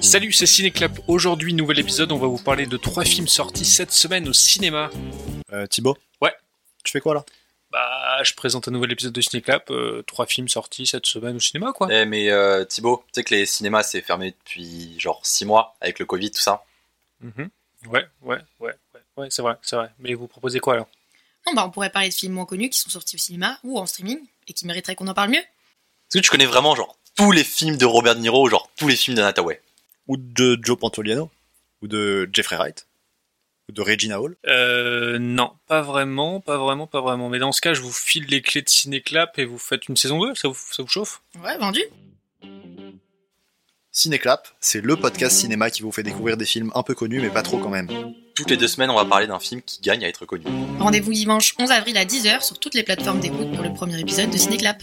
Salut, c'est Cinéclap. Aujourd'hui, nouvel épisode, on va vous parler de trois films sortis cette semaine au cinéma. Euh, Thibaut Ouais. Tu fais quoi là Bah, je présente un nouvel épisode de Cinéclap, euh, trois films sortis cette semaine au cinéma, quoi. Eh mais euh, Thibaut, tu sais que les cinémas c'est fermé depuis genre 6 mois avec le Covid tout ça. Mhm. Ouais, ouais, ouais, ouais, ouais, c'est vrai, c'est vrai. Mais vous proposez quoi alors Non, bah on pourrait parler de films moins connus qui sont sortis au cinéma ou en streaming et qui mériteraient qu'on en parle mieux. Est-ce que tu connais vraiment genre tous les films de Robert De Niro ou genre tous les films d'Anna Hathaway Ou de Joe Pantoliano Ou de Jeffrey Wright Ou de Regina Hall Euh, non, pas vraiment, pas vraiment, pas vraiment. Mais dans ce cas, je vous file les clés de Cinéclap et vous faites une saison 2, ça vous, ça vous chauffe Ouais, vendu. Cinéclap, c'est le podcast cinéma qui vous fait découvrir des films un peu connus mais pas trop quand même. Toutes les deux semaines on va parler d'un film qui gagne à être connu. Rendez-vous dimanche 11 avril à 10h sur toutes les plateformes d'écoute pour le premier épisode de Cinéclap.